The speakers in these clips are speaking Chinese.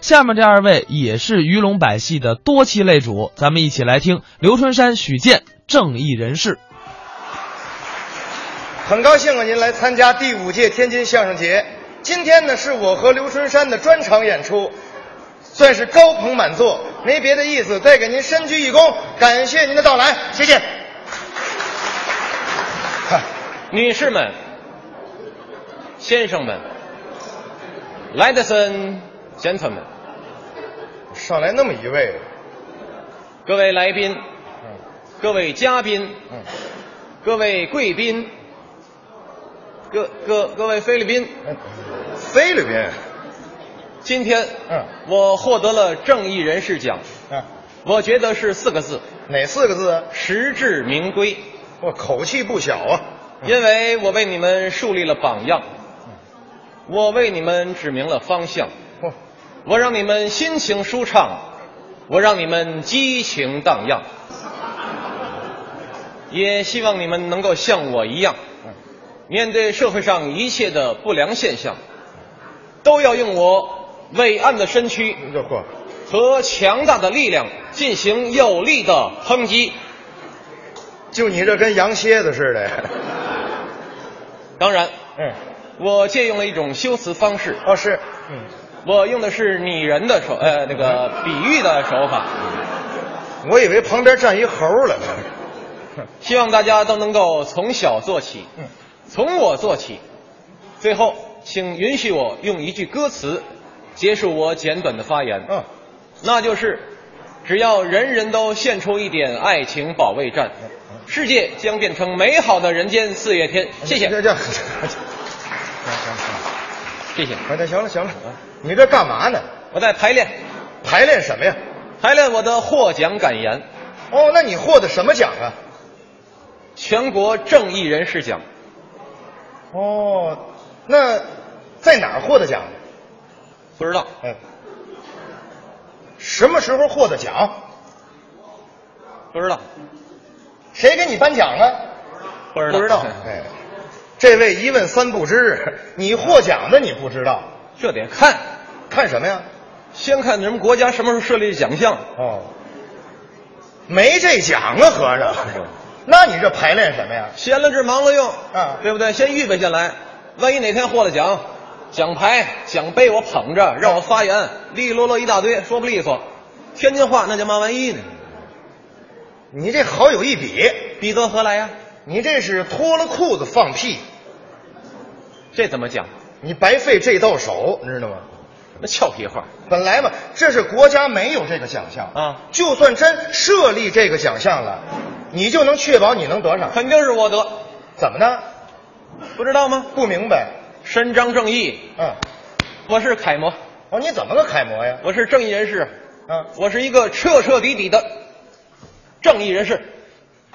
下面这二位也是鱼龙百戏的多期擂主，咱们一起来听刘春山、许健《正义人士》。很高兴啊，您来参加第五届天津相声节。今天呢，是我和刘春山的专场演出，算是高朋满座，没别的意思。再给您深鞠一躬，感谢您的到来，谢谢。女士们、先生们，ladies and gentlemen，上来那么一位，各位来宾，各位嘉宾，各位贵宾，各各各位菲律宾，菲律宾，今天，嗯我获得了正义人士奖，啊，我觉得是四个字，哪四个字啊？实至名归，我口气不小啊。因为我为你们树立了榜样，我为你们指明了方向，我我让你们心情舒畅，我让你们激情荡漾，也希望你们能够像我一样，嗯面对社会上一切的不良现象，都要用我伟岸的身躯这嚯，和强大的力量进行有力的抨击。就你这跟羊蝎子似的。当然，嗯，我借用了一种修辞方式，哦是，嗯，我用的是拟人的手，呃，那个比喻的手法。我以为旁边站一猴了呢。希望大家都能够从小做起，嗯从我做起。最后，请允许我用一句歌词结束我简短的发言，嗯，那就是：只要人人都献出一点爱情保卫战，嗯世界将变成美好的人间四月天。谢谢，这 这，行行行，谢谢。哎，那行了行了，你这干嘛呢？我在排练，排练什么呀？排练我的获奖感言，哦，那你获得什么奖啊？全国正义人士奖，哦，那在哪儿获得奖？不知道嗯，什么时候获得奖？不知道谁给你颁奖啊？不知道不 知道。哎，这位一问三不知，你获奖的你不知道，这得看，看什么呀？先看咱们国家什么时候设立奖项。哦，没这奖啊，合着。嗯 那你这排练什么呀？闲了这忙了用，嗯对不对？先预备下来，万一哪天获了奖，奖牌、奖杯我捧着，让我发言，利利落落一大堆，说不利索，天津话那叫嘛玩意呢？你这好有一比，彼得何来呀、你这是脱了裤子放屁，这怎么讲？你白费这道手，你知道吗？那俏皮话。本来嘛，这是国家没有这个奖项啊就算真设立这个奖项了，你就能确保你能得上。肯定是我得，怎么呢？不知道吗？不明白？伸张正义，嗯，我是楷模，哦，你怎么个楷模呀？我是正义人士，啊，我是一个彻彻底底的正义人士，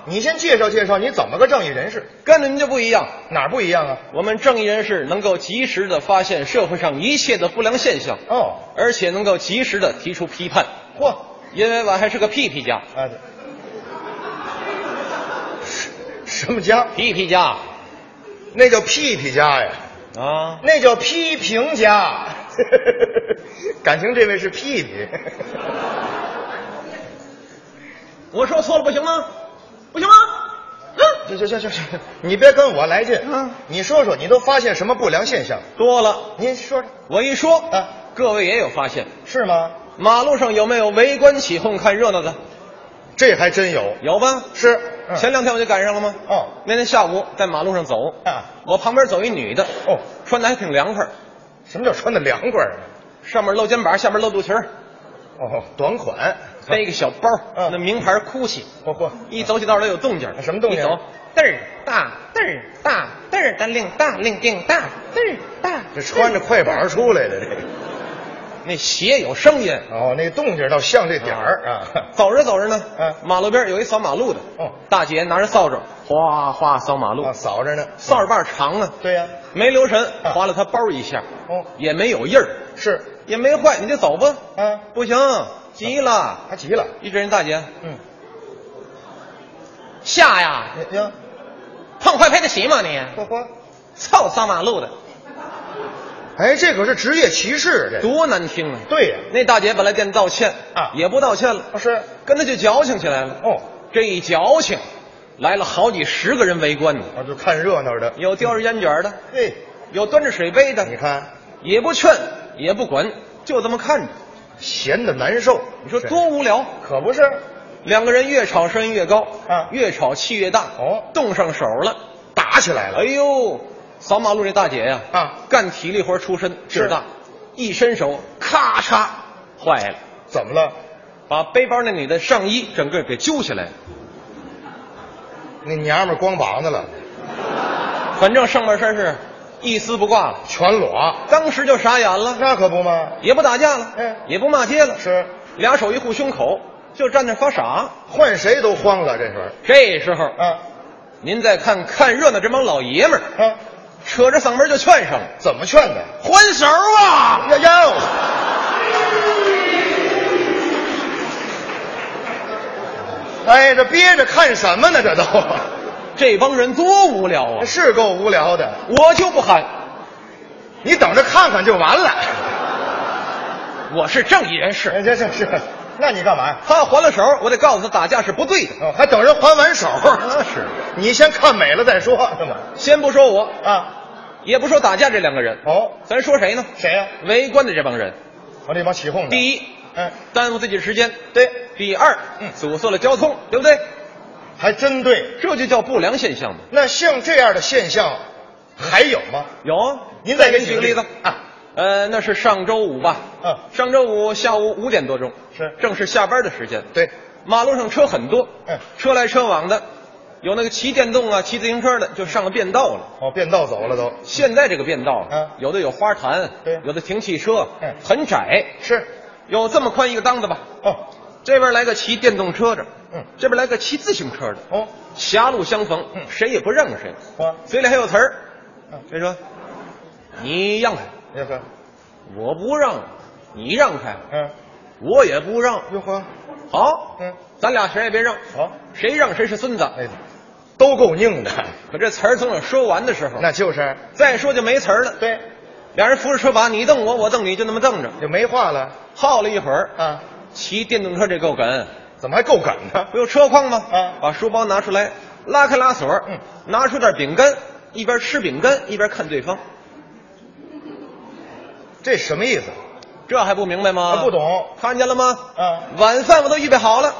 你先介绍介绍你怎么个正义人士，跟你们就不一样。哪儿不一样啊？我们正义人士能够及时的发现社会上一切的不良现象，哦，而且能够及时的提出批判，嚯，因为我还是个屁屁家，啊，什什么家？屁屁家那叫屁屁家呀，啊，那叫批评家。 感情这位是屁屁，我说错了不行吗？不行吗？行嗯，行行行行，你别跟我来劲。嗯，你说说你都发现什么不良现象？多了，您说说，我一说，啊各位也有发现，是吗？马路上有没有围观起哄看热闹的？这还真有，有吧？是嗯前两天我就赶上了吗？哦那天下午在马路上走，啊我旁边走一女的，哦，穿的还挺凉快儿，什么叫穿的凉快儿啊？上面露肩膀，下面露肚脐儿，哦，短款，背个小包，嗯那名牌 GUCCI。嚯嚯，一走起道来有动静儿，什么动静一走，嘚儿大，嘚儿大，嘚儿大令大令定大，嘚儿大。这穿着快板儿出来的这个。那鞋有声音，哦，那动静倒像这点儿啊。走着走着呢，嗯马路边有一扫马路的，哦大姐拿着扫帚，哗哗扫马路啊，，扫着呢。扫帚把儿长啊，对呀没留神嗯划了她包一下，哦，也没有印儿，是，也没坏，你就走吧。啊，不行，急了，他急了。一指人大姐嗯，下呀，你呀，碰坏赔得起吗你？嚯嚯，臭扫马路的，哎，这可是职业歧视，这多难听啊！对呀、那大姐本来惦道歉啊也不道歉了，是跟他就矫情起来了。哦，这一矫情，来了好几十个人围观呢，啊，就看热闹的。有叼着烟卷的，嘿，有端着水杯的，你看，也不劝也不管，就这么看着。闲的难受，你说多无聊！可不是？两个人越吵声音越高啊越吵气越大哦动上手了。打起来了。哎呦，扫马路这大姐呀、啊干体力活出身，是劲儿大，一伸手，咔嚓，坏了，怎么了？把背包那女的上衣整个给揪下来了。那娘们儿光膀子了，反正上半身是一丝不挂了，全裸，当时就傻眼了，那可不吗？也不打架了，嗯也不骂街了，是，俩手一护胸口，就站那儿发傻。换谁都慌了，这是。这时候，啊您再看看热闹这帮老爷们儿，啊，扯着嗓门就劝上了怎么劝的？：“还手啊！”呀呀，哎，这憋着看什么呢？这都这帮人多无聊啊！是够无聊的，我就不喊，你等着看看就完了。我是正义人士。哎，这这是，那你干嘛呀？他还了手，我得告诉他打架是不对的。哦，还等人还完手？那啊是，你先看美了再说，是吗？先不说我，啊，也不说打架这两个人，哦，咱说谁呢？谁呀、围观的这帮人，我这帮起哄的。第一，一，嗯，耽误自己的时间；对，第二，嗯阻塞了交通，对不对？还真对。这就叫不良现象嘛。那像这样的现象还有吗？有啊，您再给你举举个个例子例子啊。呃，那是上周五吧？嗯上周五下午五点多钟，是正是下班的时间。对，马路上车很多，嗯车来车往的，有那个骑电动啊、骑自行车的，就上了便道了。哦，变道走了都现在这个便道，啊嗯有的有花坛，对有的停汽车，嗯很窄，是有这么宽一个档子吧。哦，这边来个骑电动车的，嗯这边来个骑自行车的，哦，狭路相逢，嗯谁也不让着谁，我嘴里还有词儿嗯，谁说你让开，那个我不让，你让开，嗯，我也不让，哟呵，好，嗯，咱俩谁也别让，好，谁让谁是孙子。哎，都够硬的，可这词儿总有说完的时候，那就是再说就没词儿了。对，俩人扶着车把，你瞪我，我瞪你，就那么瞪着，就没话了耗了一会儿，啊？骑电动车这够哏，怎么还够梗呢？不有车筐吗？嗯把书包拿出来，拉开拉锁，嗯，拿出点饼干，一边吃饼干一边看对方，这什么意思？这还不明白啊，吗？不，懂看见了吗？啊？晚饭我都预备好了，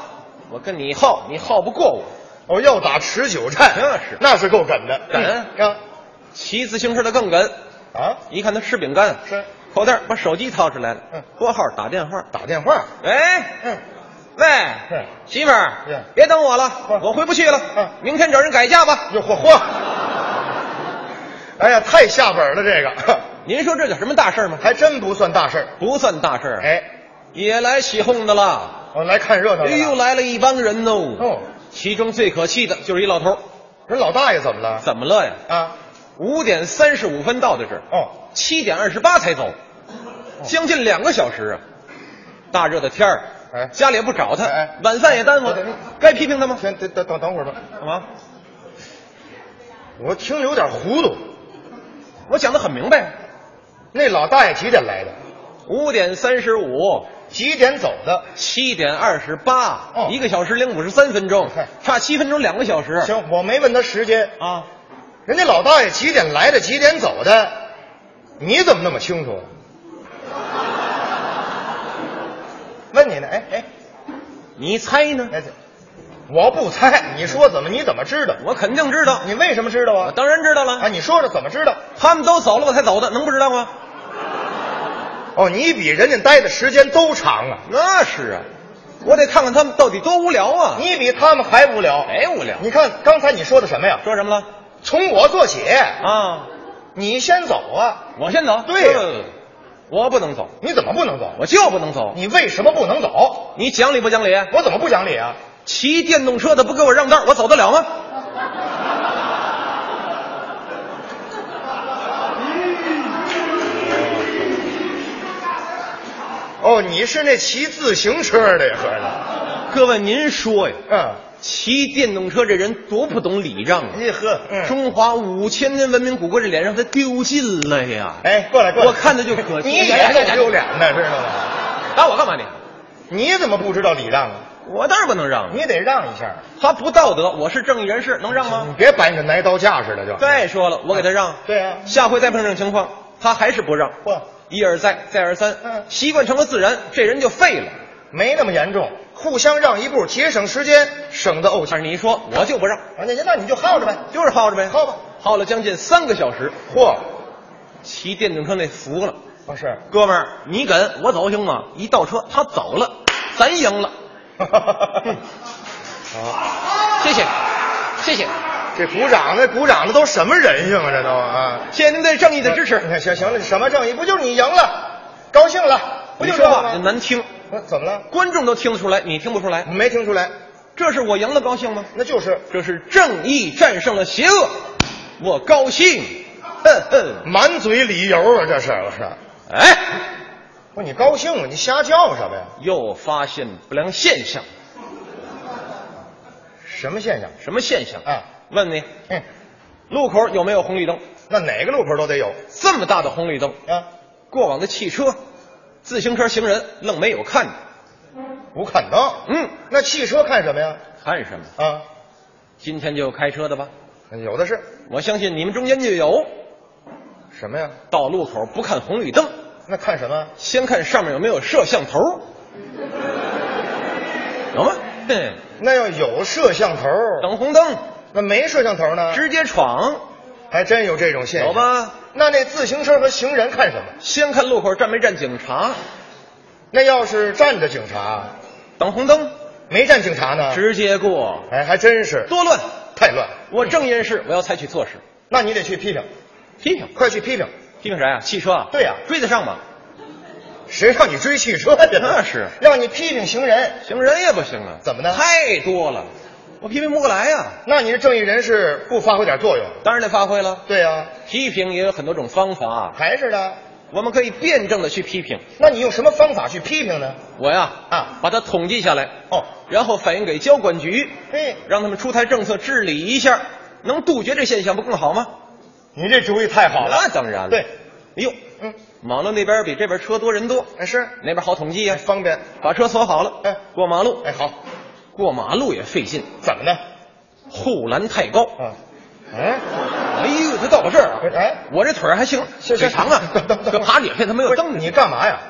我跟你耗，你耗不过我。哦，要打持久战，那是嗯那是够梗的，梗啊骑自行车的更哏，啊，一看他吃饼干，是口袋把手机掏出来了，嗯拨号打电话，打电话，喂，嗯，喂嗯，媳妇嗯儿，别等我了，我回不去了嗯，明天找人改嫁吧。哟嚯嚯，哎呀，太下本了这个。您说这叫什么大事儿吗？还真不算大事儿。不算大事儿啊，哎，嗯也来起哄的啦。我来看热闹哎了。呦，来了一帮人哦，哦，其中最可气的就是一老头儿，人老大爷怎么了？怎么了呀？啊，五点三十五分到的这儿，哦，七点二十八才走，将近两个小时啊！大热的天儿，哎家里也不找他哎哎，晚饭也耽误哎哎了，该批评他吗？先等等等等会儿吧，干嘛？我听着有点糊涂。我讲的很明白，那老大爷几点来的？五点三十五，几点走的？七点二十八哦，一个小时零五十三分钟嗨，差七分钟两个小时行，我没问他时间，啊！人家老大爷几点来的，几点走的，你怎么那么清楚？啊 问你呢？哎哎你猜呢？哎，我不猜，你说怎么？你怎么知道？我肯定知道，你为什么知道我啊？当然知道啊，了。你说说怎么知道？他们都走了，我才走的，能不知道吗？哦，你比人家待的时间都长啊，那是啊，我得看看他们到底多无聊啊！你比他们还无聊。没无聊，你看刚才你说的什么呀？说什么了从我做起，啊？你先走啊！我先走。对呀嗯我不能走，你怎么不能走？啊我就不能走。你为什么不能走？你讲理不讲理？我怎么不讲理啊？骑电动车的不给我让道，我走得了吗？哦，你是那骑自行车的呀，合着。各位您说呀，嗯，骑电动车这人多不懂礼让啊！一呵，嗯，中华五千年文明古国这脸让他丢尽了呀！哎，过来过来，我看着就可惜哎你也够丢脸的，知道吗？打哎我干嘛你？你怎么不知道礼让啊？我当然不能让，你得让一下，他不道德，我是正义人士，能让你吗？别摆你的拿刀架似的就。再说了，我给他让，对啊，下回再碰上情况，他还是不让，不，一而再，再而三，嗯习惯成了自然，这人就废了。没那么严重，互相让一步，节省时间，省得怄气哦但。是你一说，我就不让，啊，那那你就耗着呗。就是耗着呗，耗吧，耗了将近三个小时，嚯，骑电动车那服了。不哦 是，哥们儿，你跟我走行吗？一倒车，他走了，咱赢了。啊，谢谢，谢谢，这鼓掌的鼓掌的都什么人性啊？这都啊！谢谢您对正义的支持。行行行了，什么正义？不就是你赢了，高兴了，不你就说这话个就吗？难听，我怎么了？观众都听得出来，你听不出来。没听出来，这是我赢了高兴吗？那就是这是正义战胜了邪恶，我高兴。哼哼，满嘴理由啊！这是我是，哎，不是你高兴了，啊你瞎叫什么呀？又发现不良现象，什么现象？什么现象？啊，问你，嗯，路口有没有红绿灯？那哪个路口都得有这么大的红绿灯，啊，过往的汽车、自行车、行人愣没有看见。不看灯。嗯，那汽车看什么呀？看什么？啊，今天就有开车的吧？有的是我相信你们中间就有。什么呀？到路口不看红绿灯，那看什么？先看上面有没有摄像头，有吗？哼，那要有摄像头，等红灯那没摄像头呢？直接闯，还真有这种现象。有？吧？那那自行车和行人看什么？先看路口站没站警察，那要是站着警察，等红灯没站警察呢？直接过，哎，还真是多乱！太乱。我正义人士，我要采取措施，那你得去批评，批评快去批评，批评谁啊？汽车啊？对呀追得上吗？谁让你追汽车去呢？ 那是让你批评行人，行人也不行啊，怎么呢太多了，我批评不过来呀、那你这正义人士不发挥点作用？当然得发挥了，对呀、批评也有很多种方法啊，还是的。我们可以辩证的去批评。那你用什么方法去批评呢？我呀啊，把它统计下来，哦，然后反映给交管局，嘿，让他们出台政策治理一下，能杜绝这现象不更好吗？你这主意太好了。那当然了。对，哎呦，嗯，马路那边比这边车多人多，哎是，那边好统计呀、哎方便。把车锁好了，哎过马路，哎好，过马路也费劲，怎么呢？护栏太高。啊，嗯，哎呦，他到我这儿啊，哎，我这腿儿还行，行腿行长啊，等等等这爬也费，他没有蹬着你干嘛呀？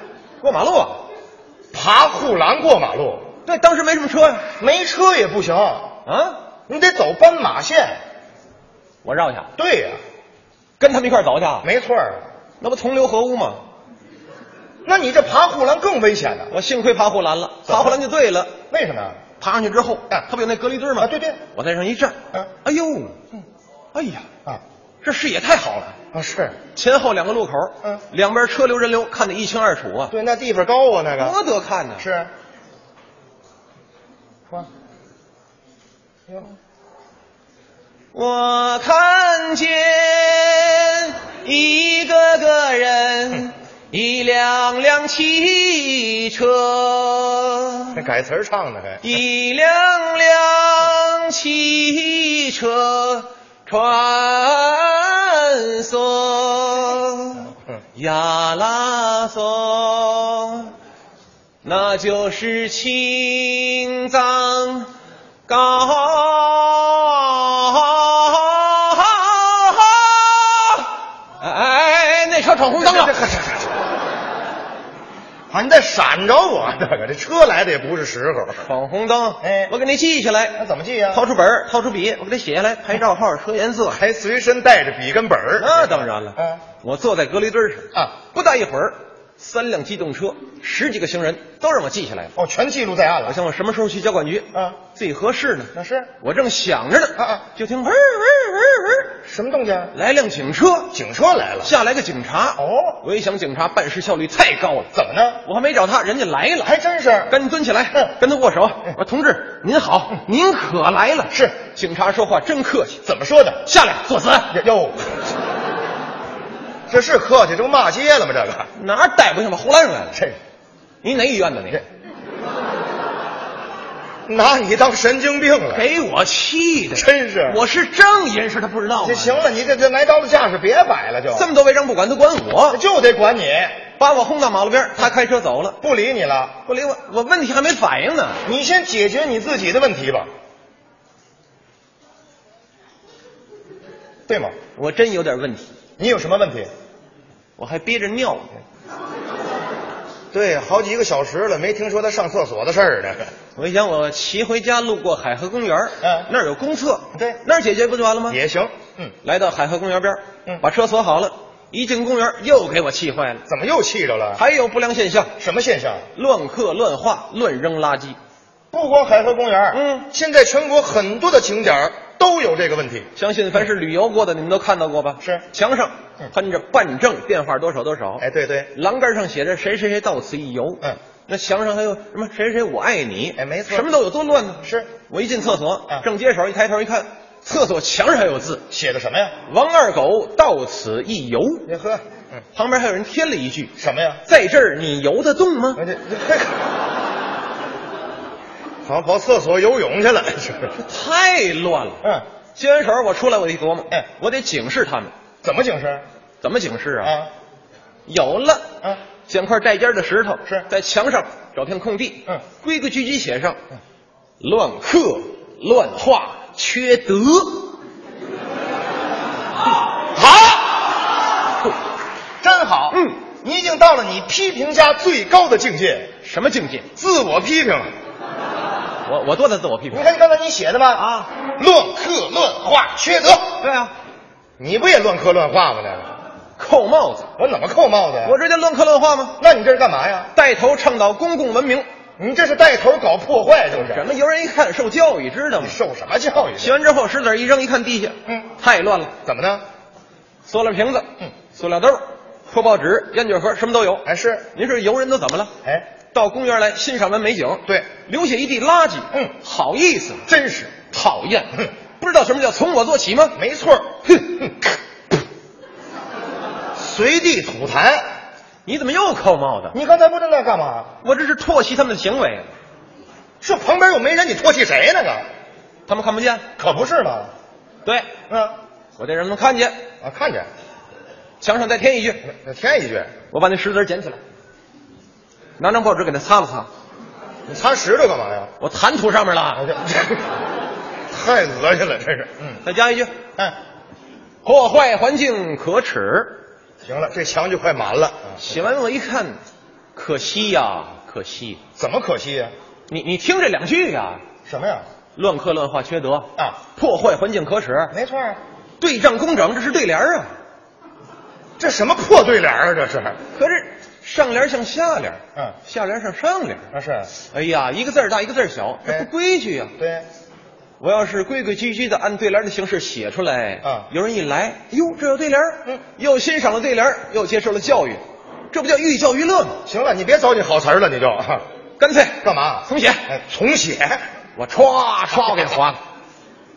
过马路啊。爬护栏过马路，对，当时没什么车呀、没车也不行，啊，你得走斑马线。我绕去，对呀、跟他们一块儿走去啊，没错儿。那不同流合污吗？那你这爬护栏更危险呢？我幸亏爬护栏了，怎么爬护栏就对了。为什么？爬上去之后，啊它不有那隔离墩吗？啊对对，我在上一站啊，哎呦，哎呀，啊这视野太好了，啊是，前后两个路口，嗯两边车流人流看得一清二楚啊，对，那地方高啊，那个多得看呢。是。说，哟，我看见一个个人，一辆辆汽车那改词儿唱的还。一辆辆汽车穿梭嗯呀啦嗦，那就是青藏高。哎，那车闯红灯了这。这这这 啊，你再闪着我，这个这车来的也不是时候。闯红灯，哎我给你记下那来，怎么记啊呀、掏出本儿，掏出笔，我给他写下来，牌照号、车颜色。还随身带着笔跟本儿。那当然了，嗯我坐在隔离墩上啊，不大一会儿，三辆机动车，十几个行人都让我记下来了。哦，全记录在案我了。想我什么时候去交管局啊，最合适呢？那是我正想着呢，啊啊就听嗡嗡嗡嗡，什么动静？啊来辆警车，警车来了。下来个警察。哦，我一想，警察办事效率太高了，怎么呢？我还没找他，人家来了，还真是。赶紧蹲起来嗯，跟他握手。我说同志您好，您可来了。是警察说话真客气，怎么说的？下来作死，哟，这是客气，这不骂街了吗？这个，哪儿逮不下把胡乱上来了？这你哪医院的你？拿你当神经病了。给我气的，真是我是正人士，他不知道吗这？行了，你这这来刀的架势别摆了就，这么多违章不管，都管我，就得管你，把我轰到马路边儿，他开车走了，不理你了。不理我，我问题还没反应呢。你先解决你自己的问题吧，对吗？我真有点问题，你有什么问题？我还憋着尿呢。对，好几个小时了，没听说他上厕所的事儿呢。我一想，我骑回家路过海河公园，嗯那儿有公厕，对那儿解决不就完了吗？也行，嗯，来到海河公园边儿，嗯把车锁好了，一进公园又给我气坏了。怎么又气着了？还有不良现象，什么现象？乱刻、乱画、乱扔垃圾。不光海河公园，嗯，现在全国很多的景点儿都有这个问题。相信凡是旅游过的，你们都看到过吧？是墙上嗯喷着办证电话多少多少，哎，对对，栏杆上写着谁谁谁到此一游。嗯，那墙上还有什么谁谁谁我爱你？哎没错什么都有，多乱呢。是我一进厕所啊，正接手，一抬头一看，厕所墙上还有字写的什么呀？：“王二狗到此一游。你喝，嗯，”旁边还有人添了一句什么呀：“？在这儿你游得动吗我这， 好像跑厕所游泳去 了。是？”太乱了。嗯，接完手我出来，我一琢磨，嗯我得警示他们。怎么警示？怎么警示啊？啊有了，啊，捡块带尖儿的石头，是在墙上找片空地，嗯，规规矩矩写上，乱刻、乱画、缺德。好，真好。嗯，你已经到了你批评家最高的境界，什么境界？自我批评。我我多大自我批评你？看，你刚才你写的吧？啊，乱刻乱画，缺德。对啊，你不也乱刻乱画吗？那扣帽子，我怎么扣帽子呀？我这叫乱刻乱画吗？那你这是干嘛呀？带头倡导公共文明，嗯你这是带头搞破坏，这是什么游人一看受教育，知道吗你？受什么教育？写完之后，石子儿一扔，一看地下，嗯，太乱了，怎么呢？塑料瓶子，嗯，塑料兜，破报纸、烟卷盒，什么都有。哎是，您是游人都怎么了？哎，到公园来欣赏完美景，对，留下一地垃圾，嗯好意思吗，真是讨厌，哼不知道什么叫从我做起吗？没错儿，哼，随地吐痰。你怎么又扣帽子？你刚才不知道干嘛？我这是唾弃他们的行为，这旁边又没人，你唾弃谁呢？这他们看不见。可不是嘛？对，啊我得让他们看见。啊，看见，墙上再添一句，那添一句，我把那石子儿捡起来，拿张报纸给它擦了擦，你擦石头干嘛呀？我弹涂上面啊，了。这 这太恶心了，这是。嗯，再加一句，哎，破坏环境可耻。行了，这墙就快满了。啊写完我一看，可惜呀、可惜！怎么可惜呀？你你听这两句呀、什么呀？乱刻乱画缺德啊，破坏环境可耻，没错啊儿，对仗工整，这是对联儿啊。这什么破对联儿啊？这是。可是上联像下联，嗯下联像上联。啊是，哎呀，一个字儿大，一个字儿小，这哎不规矩呀、对，我要是规规矩矩的按对联的形式写出来，啊有人一来，哟，这有对联儿，嗯又欣赏了对联儿，又接受了教育，这不叫寓教于乐吗？行了，你别糟践好词儿了，你就干脆干嘛？重写哎，重嗯写。我歘歘，我给它划了。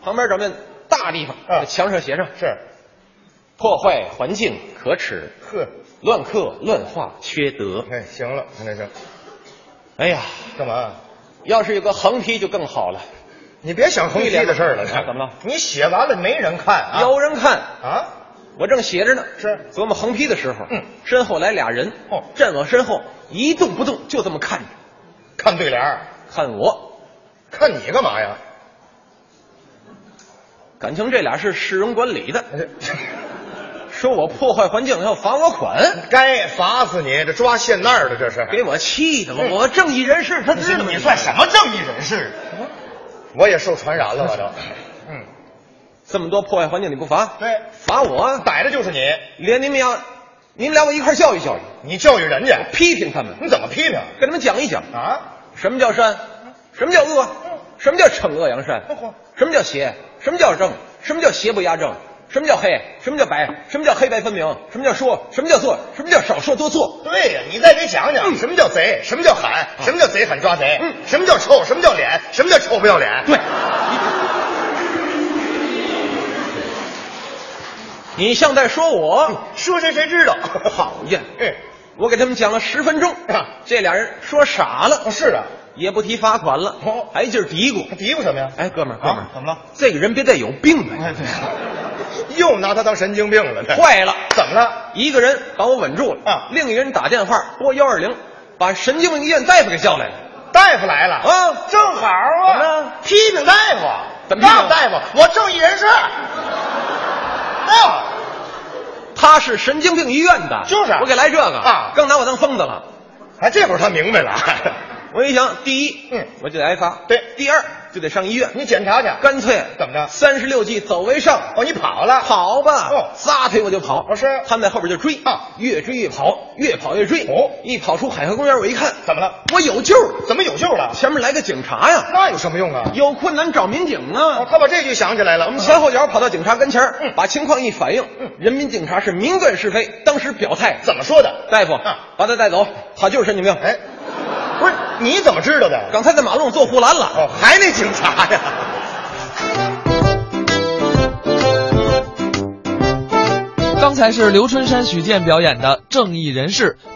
旁边找面大地方，嗯在墙上写上是， “破坏环境可耻，呵，乱刻乱画缺德哎，行了，那行，”。哎呀，干嘛？要是有个横批就更好了，你别想横批的事哎儿了，啊怎么了你写完了没人看啊？有人看，啊？我正写着呢，是琢磨横批的时候，嗯身后来俩人，哦站我身后一动不动，就这么看着，看对联儿，看我，看你干嘛呀？感情这俩是市容管理的，这说我破坏环境要罚我款，该罚死你！这抓现那儿的这是。给我气的，我嗯我正义人士，他知道吗么正义人士？啊我也受传染了，我都。嗯，这么多破坏环境你不罚？对，罚我，啊逮着就是你，连你们俩，你们俩我一块儿教育教育，你教育人家，批评他们，你怎么批评跟他们讲一讲，啊？什么叫善，什么叫恶，什么叫惩恶扬善嚯嚯，什么叫邪，什么叫正，什么叫邪不压正，什么叫黑，什么叫白，什么叫黑白分明，什么叫说，什么叫做，什么叫少说多做，对呀，你再给讲讲什么叫贼，什么叫喊，什么叫贼喊抓贼，嗯什么叫臭，什么叫脸，什么叫臭不要脸。对。你像在说我，说谁谁知道？ 讨厌！嗯，我给他们讲了十分钟啊，这俩人说傻了，是啊，也不提罚款了，哦还劲儿嘀咕嘀咕什么呀？：“哎，哥们儿，哥们儿，啊怎么了？这个人别带有病哎来。对， 又拿他当神经病了，这”坏了，怎么了？一个人把我稳住了，啊另一人打电话拨幺二零，把神经病医院大夫给叫来了。大夫 来了啊正好怎么了啊，批评大夫，怎么批评告诉大夫，我正义人士。啊，他是神经病医院的，就是啊我给来这个啊更拿我当疯子了。哎，这会儿他明白了，我一想，第一，嗯我就得挨罚；对第二就得上医院， 你检查去，干脆怎么着三十六计，走为上，哦，你跑了，跑吧，哦撒腿我就跑。哦是他们在后边就追啊，越追越跑，越跑越追。哦一跑出海河公园，我一看，怎么了？我有救了，怎么有救了？前面来个警察呀，那有什么用啊？有困难找民警哦啊。他把这句想起来了，我我们前后脚跑到警察跟前儿，把情况一反映嗯，人民警察是明断是非，当时表态，怎么说的？大夫啊把他带走，他就是神经病。哎，不是，你怎么知道的？刚才在马路上坐护栏了。哦，还那警察呀？刚才是刘春山、许健表演的《正义人士》，那。